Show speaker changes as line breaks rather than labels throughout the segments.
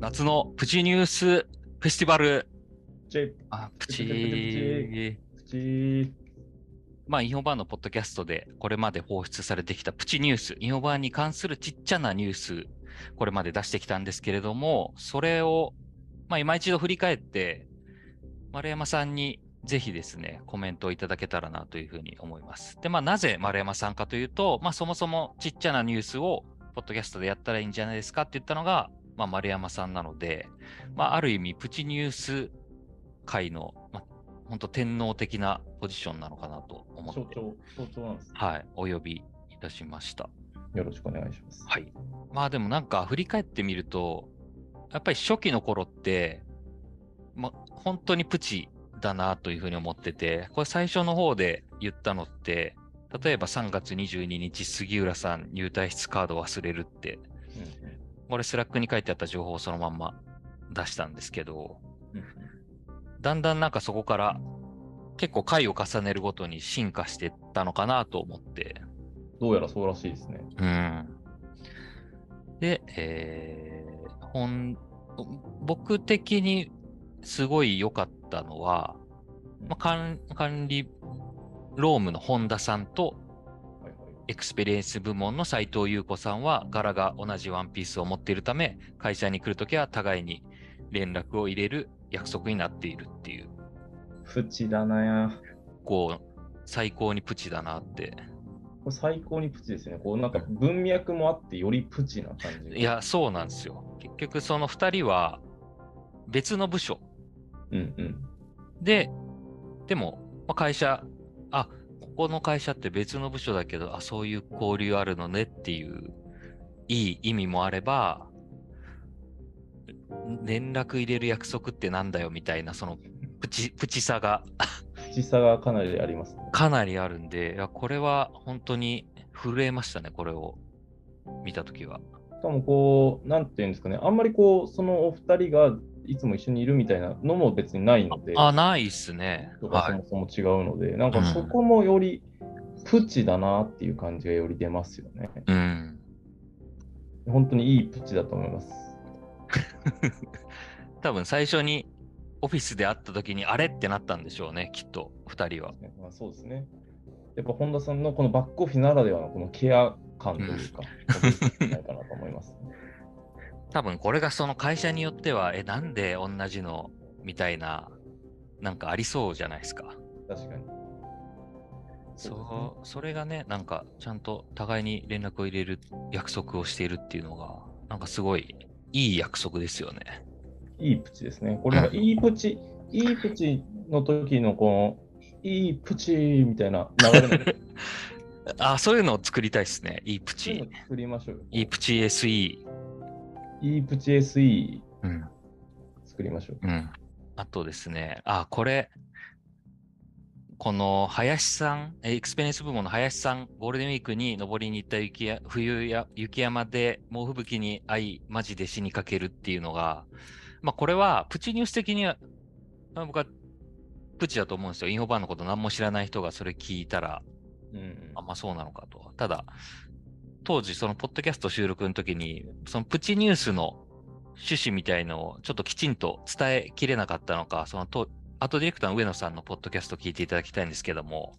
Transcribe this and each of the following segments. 夏のプチニュースフェスティバル。
チ
あ、プ
プチプチ
チ。
プチ
まあ、インフォバーンのポッドキャストでこれまで放出されてきたプチニュース、インフォバーンに関するちっちゃなニュース、これまで出してきたんですけれども、それを、まあ、今一度振り返って、丸山さんにぜひですね、コメントをいただけたらなというふうに思います。で、まあ、なぜ丸山さんかというと、まあ、そもそもちっちゃなニュースをポッドキャストでやったらいいんじゃないですかって言ったのが、まあ、丸山さんなので、まあ、ある意味、プチニュース界の、まあ、本当天皇的なポジションなのかなと思
象
って、
徴、象徴なんです。
はい、お呼びいたしました。
よろしくお願いします。
はい。まあでもなんか振り返ってみると、やっぱり初期の頃って、ま、本当にプチだなというふうに思ってて、これ最初の方で言ったのって、例えば3月22日、杉浦さん入退室カード忘れるって、これスラックに書いてあった情報をそのまんま出したんですけど、
うんうん
だんだんなんかそこから結構回を重ねるごとに進化してったのかなと思って、
どうやらそうらしいですね。
うん。で、えー本、僕的にすごい良かったのは、まあ、管管理ロームの本田さんと
はいはい
エクスペリエンス部門の斉藤優子さんは柄が同じワンピースを持っているため、会社に来るときは互いに連絡を入れる約束になっているっていう、
プチだなや。
こう、最高にプチだなって。
これ最高にプチですね。こうなんか文脈もあってよりプチな感じ。
い、や、そうなんですよ。結局その2人は別の部署
うんうん。
で、でも、まあ会社、あ、ここの会社って別の部署だけど、あ、そういう交流あるのねっていう、いい意味もあれば、連絡入れる約束ってなんだよみたいな、そのプチ、プチさが
プチさがかなりありますね。
かなりあるんで、いや、これは本当に震えましたね、これを見たときは。
しかもこう、なんていうんですかね、あんまりこう、そのお二人がいつも一緒にいるみたいなのも別にないので、
あ、ないっすね。
とか
はい。
そもそも違うので、なん
う
か
ん
そこもよりプチだなっていう感じがより出ますよね。
うん。
本当にいいプチだと思います。
多分最初にオフィスで会った時にあれってなったんでしょうね、きっと、2人は。
まあ、そうですね。やっぱ本田さんのこのバックオフィスならではのこのケア感というか、ないかなと思います。
多分これがその会社によっては、え、なんで同じのみたいな、なんかありそうじゃないですか。
確かに。
そう、それがね、なんかちゃんと互いに連絡を入れる約束をしているっていうのが、なんかすごいいい約束ですよね。
いいプチですね。これなんかいいプチ、いいプチの時のこの、いいプチみたいな流れの
あ、そういうのを作りたいですね。いいプ
そうい う
チ。
の作りましょうよ。
いいプチ SE。
いいプチ SE
うん。
作りましょう。
うん。あとですね、あ、これ、この林さん、えエクスペリエンス部門の林さん、ゴールデンウィークに登りに行った雪や冬や雪山で猛吹雪に遭い、マジで死にかけるっていうのが、まあ、これはプチニュース的には、まあ、僕はプチだと思うんですよ。インフォバーンのこと何も知らない人がそれ聞いたら、
うんうん
あ、まあそうなのかと。ただ、当時、そのポッドキャスト収録の時に、そのプチニュースの趣旨みたいのをちょっときちんと伝えきれなかったのか、そのと、アートディレクターの上野さんのポッドキャスト聞いていただきたいんですけども、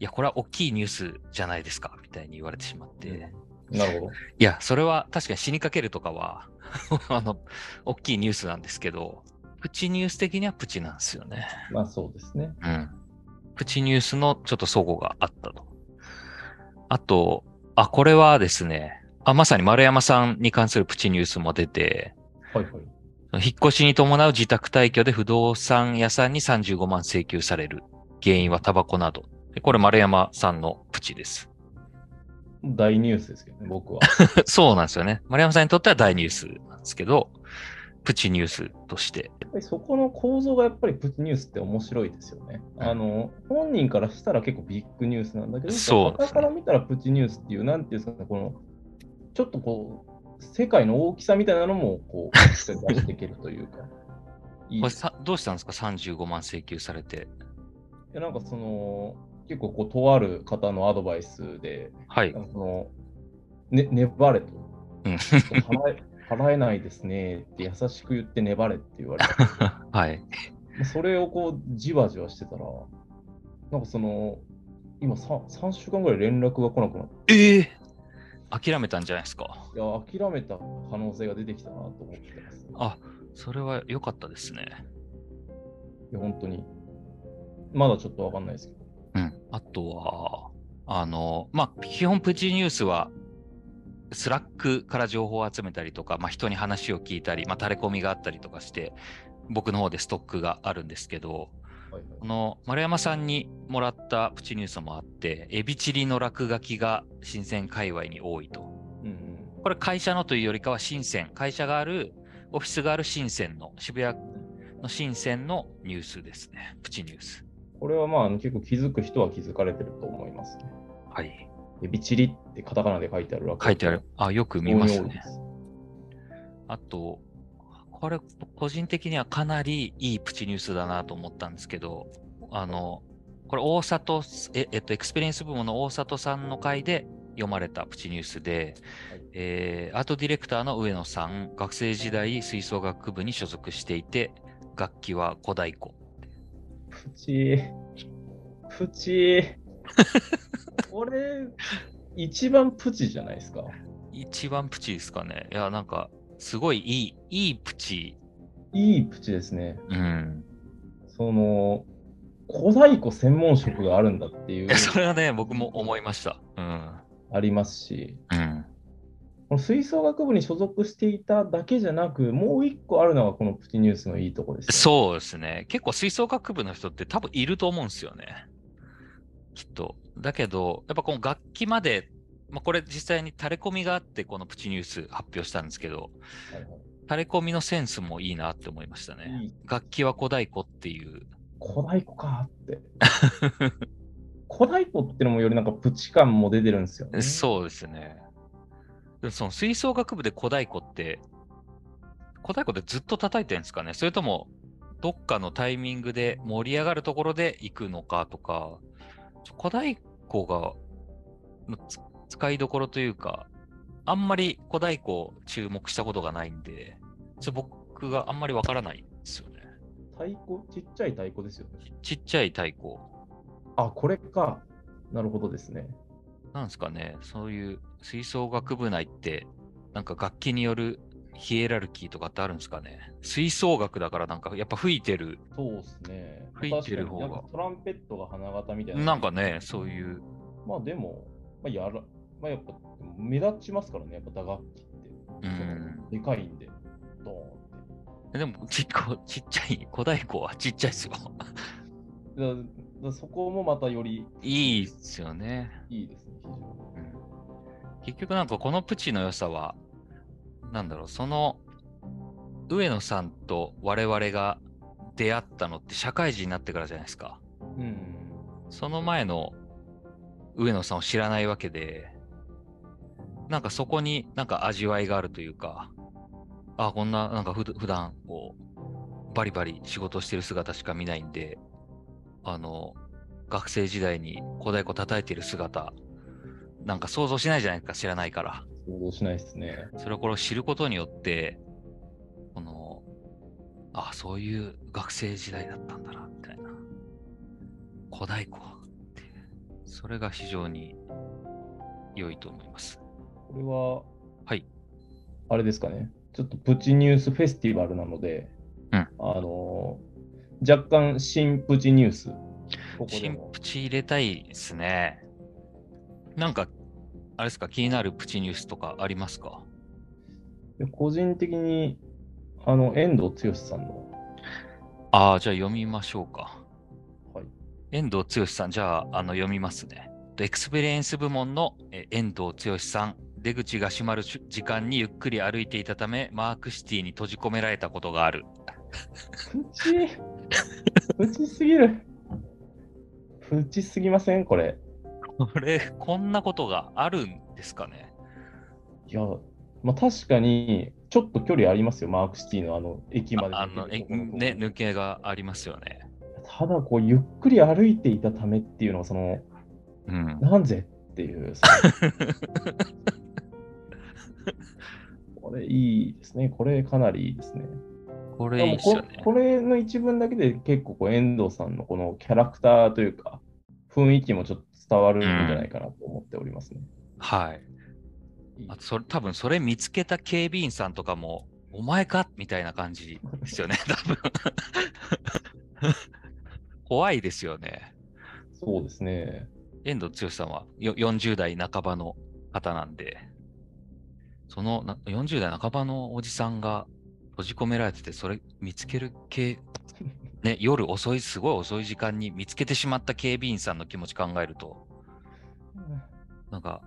いや、これは大きいニュースじゃないですか、みたいに言われてしまって、
うん
い
なるほど。
や、それは確かに死にかけるとかは、 あの、大きいニュースなんですけど、プチニュース的にはプチなんですよね。
まあそうですね。
うん。プチニュースのちょっと齟齬があったと。あと、あ、これはですね、あ、まさに丸山さんに関するプチニュースも出て、
はいはい。
引っ越しに伴う自宅退去で不動産屋さんに35万請求される。原因はタバコなど。でこれ丸山さんのプチです。
大ニュースですけどね、僕は。
そうなんですよね。丸山さんにとっては大ニュースなんですけど、プチニュースとして。
やっぱりそこの構造がやっぱりプチニュースって面白いですよね。
うん
あの本人からしたら結構ビッグニュースなんだけど、
そうですね
傍から見たらプチニュースっていう、なんていうんですかね、この ちょっとこう、世界の大きさみたいなのもこう出していけるというか、いい
これ
です
さどうしたんですか ?35 万請求されて。
いやなんかその結構こうとある方のアドバイスで、
はい
な。んかそのね、粘れと
うん
ちょっと払え 払えないですねって優しく言って粘れって言われて、
はい。
まあそれをこうじわじわしてたら、なんかその今 3, 3週間ぐらい連絡が来なくなって、
ええ諦めたんじゃないですか。
いや諦めた可能性が出てきたなと思ってます。
あ、それは良かったですね。
いや本当に。まだちょっとわかんないですけど。
うん。あとは、あの、まあ、基本プチニュースは、スラックから情報を集めたりとか、まあ、人に話を聞いたり、まあ、垂れ込みがあったりとかして、僕の方でストックがあるんですけど、
はいはい
この丸山さんにもらったプチニュースもあって、エビチリの落書きが新鮮界隈に多いと。
うん
これ会社のというよりかは深セン、会社がある、オフィスがある深センの、渋谷の深センのニュースですね。プチニュース。
うん、これはまああの結構気づく人は気づかれてると思います、ね。
はい。
エビチリってカタカナで書いてある落
書
書き
いてある。あ、よく見ますね。。あと、これ、個人的にはかなりいいプチニュースだなと思ったんですけど、あの、これ、大里、ええっと、エクスペリエンス部門の大里さんの回で読まれたプチニュースで、
はい
えーアートディレクターの上野さん、学生時代、吹奏楽部に所属していて、楽器は小太鼓。
プチ、プチ。 これ、一番プチじゃないですか。
一番プチですかね。いや、なんか、すごいいい、いいプチ。
いいプチですね。
うん。
その、小太鼓専門職があるんだっていう
いや、 それはね、僕も思いました。うん。
ありますし、
うん。
この吹奏楽部に所属していただけじゃなく、もう一個あるのがこのプチニュースのいいとこです、ね。
そうですね。結構吹奏楽部の人って多分いると思うんですよね。きっと。だけど、やっぱこの楽器まで、まあ、これ実際に垂れ込みがあって、このプチニュース発表したんですけど、
はいはい
垂れ込みのセンスもいいなって思いましたね。
いい
楽器は小太鼓っていう。
小太鼓かーって。 小太鼓ってのもよりなんかプチ感も出てるんですよね。
そうですね。でもその吹奏楽部で小太鼓って、小太鼓でずっと叩いてるんですかねそれとも、どっかのタイミングで盛り上がるところで行くのかとか、ちょ小太鼓がのつ使いどころというか、あんまり小太鼓注目したことがないんで、ちょ僕があんまりわからないんですよね。
太鼓、ちっちゃい太鼓ですよね。
ちっちゃい太鼓。
あ、これか。なるほどですね。
なんですかね、そういう吹奏楽部内って、なんか楽器によるヒエラルキーとかってあるんですかね。吹奏楽だからなんかやっぱ吹いてる、
そうですね。
吹いてる方が
確かになんかトランペットが花形みたいな。
なんかね、そういう、
まあでも、まあ、やら、まあやっぱ目立ちますからね、やっぱ打楽器っ
う
て。
ん。
でかいんで、ドーンって。
でもちっこちっちゃい、小太鼓はちっちゃいですよ。
だだからそこもまたより
いいっすよね。
いいですね、非常に。
結局なんかこのプチの良さは、なんだろう、その上野さんと我々が出会ったのって社会人になってからじゃないですか。
うん。
その前の上野さんを知らないわけで、なんかそこになんか味わいがあるというか、あ、こんななんかふ普段こう、バリバリ仕事してる姿しか見ないんで、あの、学生時代に小太鼓叩いてる姿、なんか想像しないじゃないですか、知らないから。
想像しないですね。
それをこれを知ることによって、この、あ、そういう学生時代だったんだな、みたいな。古代鼓っていう、それが非常に良いと思います。
これは、
はい。
あれですかね。ちょっとプチニュースフェスティバルなので、
うん
あのー若干新プチニュース、ここで
新
も
プチ入れたいですね。なんか、あれですか、気になるプチニュースとかありますか
で個人的に、あの、遠藤剛さんの、
ああ、じゃあ読みましょうか。
はい、
遠藤剛さん、じゃああの読みますね。エクスペリエンス部門のえ遠藤剛さん、出口が閉まるし時間にゆっくり歩いていたため、マークシティに閉じ込められたことがある。
プチ、プチすぎる。プチすぎませんこれ。
これ、こんなことがあるんですかね。
いや、まあ確かに、ちょっと距離ありますよ、マークシティのあの駅まで。
あのえね、抜けがありますよね。
ただこう、ゆっくり歩いていたためっていうのは、その、
うん、
なんぜっていう。そ のこれいいですね。これかなりいいですね。
これいいですよ
でも
ね
こ。これの一文だけで結構こう遠藤さんのこのキャラクターというか雰囲気もちょっと伝わるんじゃないかなと思っておりますね。
はい。あとそれ多分それ見つけた警備員さんとかも、お前かみたいな感じですよね、多分 怖いですよね。
そうですね。
遠藤剛さんはよ40代半ばの方なんで、そのな40代半ばのおじさんが閉じ込められてて、それ見つける系、ね、夜遅い、すごい遅い時間に見つけてしまった警備員さんの気持ち考えると、なんか、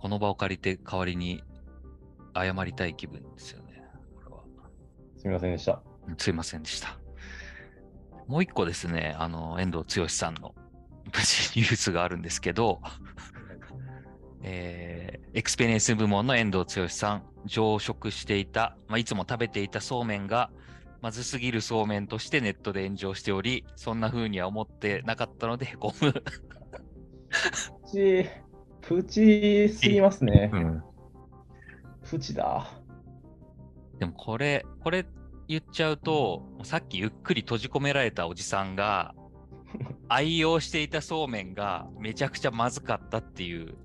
この場を借りて代わりに謝りたい気分ですよね。これは
すみませんでした。
すいませんでした。もう一個ですね、あの、遠藤剛さんの 無事ニュースがあるんですけど、えーエクスペリエンス部門の遠藤剛さん、常食していた、まあ、いつも食べていたそうめんが、まずすぎるそうめんとしてネットで炎上しており、そんな風には思ってなかったので、へこむ。
プチ、プチすぎますね。
ん、
プチだ。
でもこれ、これ言っちゃうと、さっきゆっくり閉じ込められたおじさん が、愛用していたそうめんがめちゃくちゃまずかったっていう、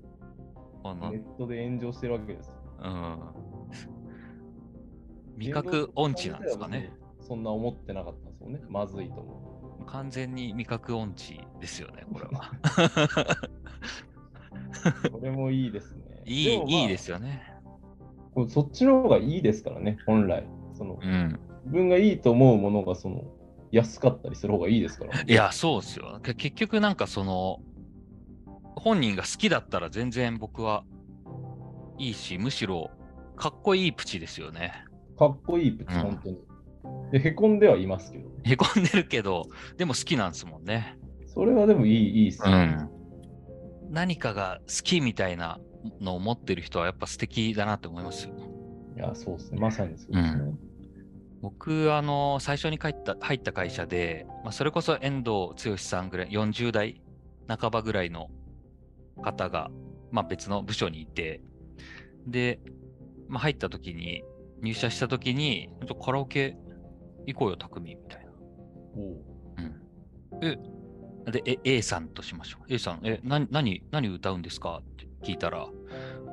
こ
ネ
の、
ットで炎上してるわけです。
うん、味覚音痴なんですかね。。
そんな思ってなかったんですよね。まずいと 思
完全に味覚音痴ですよね、これ は。。
う。これもいいですね
いい、いいです
よ。
よね。
こうそっちの方がいいですからね、本来。その
うん。
自分がいいと思うものがその安かったりする方がいいですから。
いや、そうですよ。け結局なんかその、本人が好きだったら全然僕はいいし、むしろかっこいいプチですよね。
かっこいいプチ、
うん
本当に。で、へこんではいますけど、
へこんでるけど、でも好きなんですもんね。
それはでもいい、いいっすね。
何かが好きみたいなのを持ってる人はやっぱ素敵だなって思いますよ。
いや、そうですね。まさにそうですね。
僕、あの、最初に入った入った会社で、まあ、それこそ遠藤剛さんぐらい、40代半ばぐらいの方が、まあ、別の部署にいて、で、まあ、入った時に、入社した時に、ちょっとカラオケ行こうよ、匠、みたいな。
おう
うん、えでえ A さんとしましょう。A さん、え、な何、何歌うんですかって聞いたら、う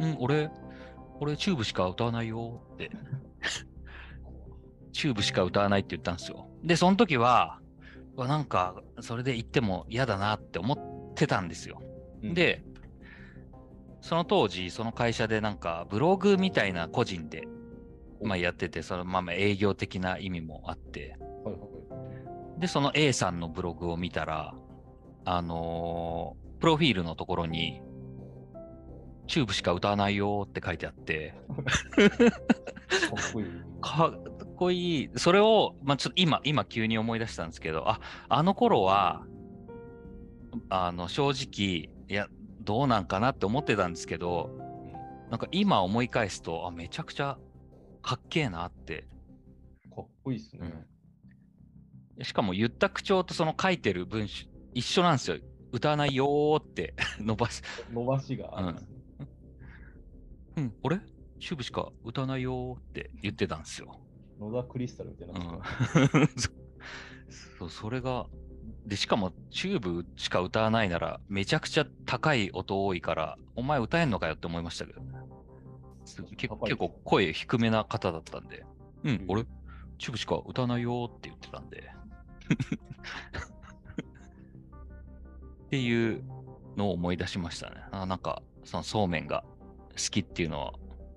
ん、俺、俺、チューブしか歌わないよって。チューブしか歌わないって言ったんですよ。で、その時は、うわなんか、それで行っても嫌だなって思ってたんですよ。
うん、
で、その当時、その会社でなんか、ブログみたいな個人で、まあ、やってて、そのまあまあ営業的な意味もあって、
はいはいはい
で、その A さんのブログを見たら、あのープロフィールのところに、チューブしか歌わないよって書いてあって、
かっこいい。
かっこいい。それを、まあ、ちょっと今、今急に思い出したんですけど、あ、あの頃は、あの、正直、いや、どうなんかなって思ってたんですけど、なんか今思い返すと、あ、めちゃくちゃかっけえなって
かっこいいっすね。
うんしかも言った口調とその書いてる文章一緒なんですよ。歌わないよーって 伸ばす。
伸ばしがあるんですね、
うん、俺チューブしか歌わないよーって言ってたんですよ。
野田クリスタルみたいな
う
感じ、
ん、そうそれが、で、しかもチューブしか歌わないならめちゃくちゃ高い音多いから、お前歌えんのかよって思いましたけどね。すけ
高い
結構声低めな方だったんで、う
うん
ん、俺、チューブしか歌わないよーって言ってたんで。っていうのを思い出しましたね。あなんか、そのそうめんが好きっていうのは、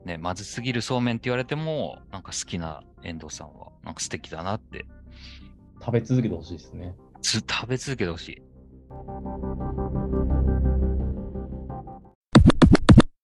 ね、まずすぎるそうめんって言われても、なんか好きな遠藤さんは、なんか素敵だなって、
食べ続けてほしいですね。
ず食べ続けてほしい。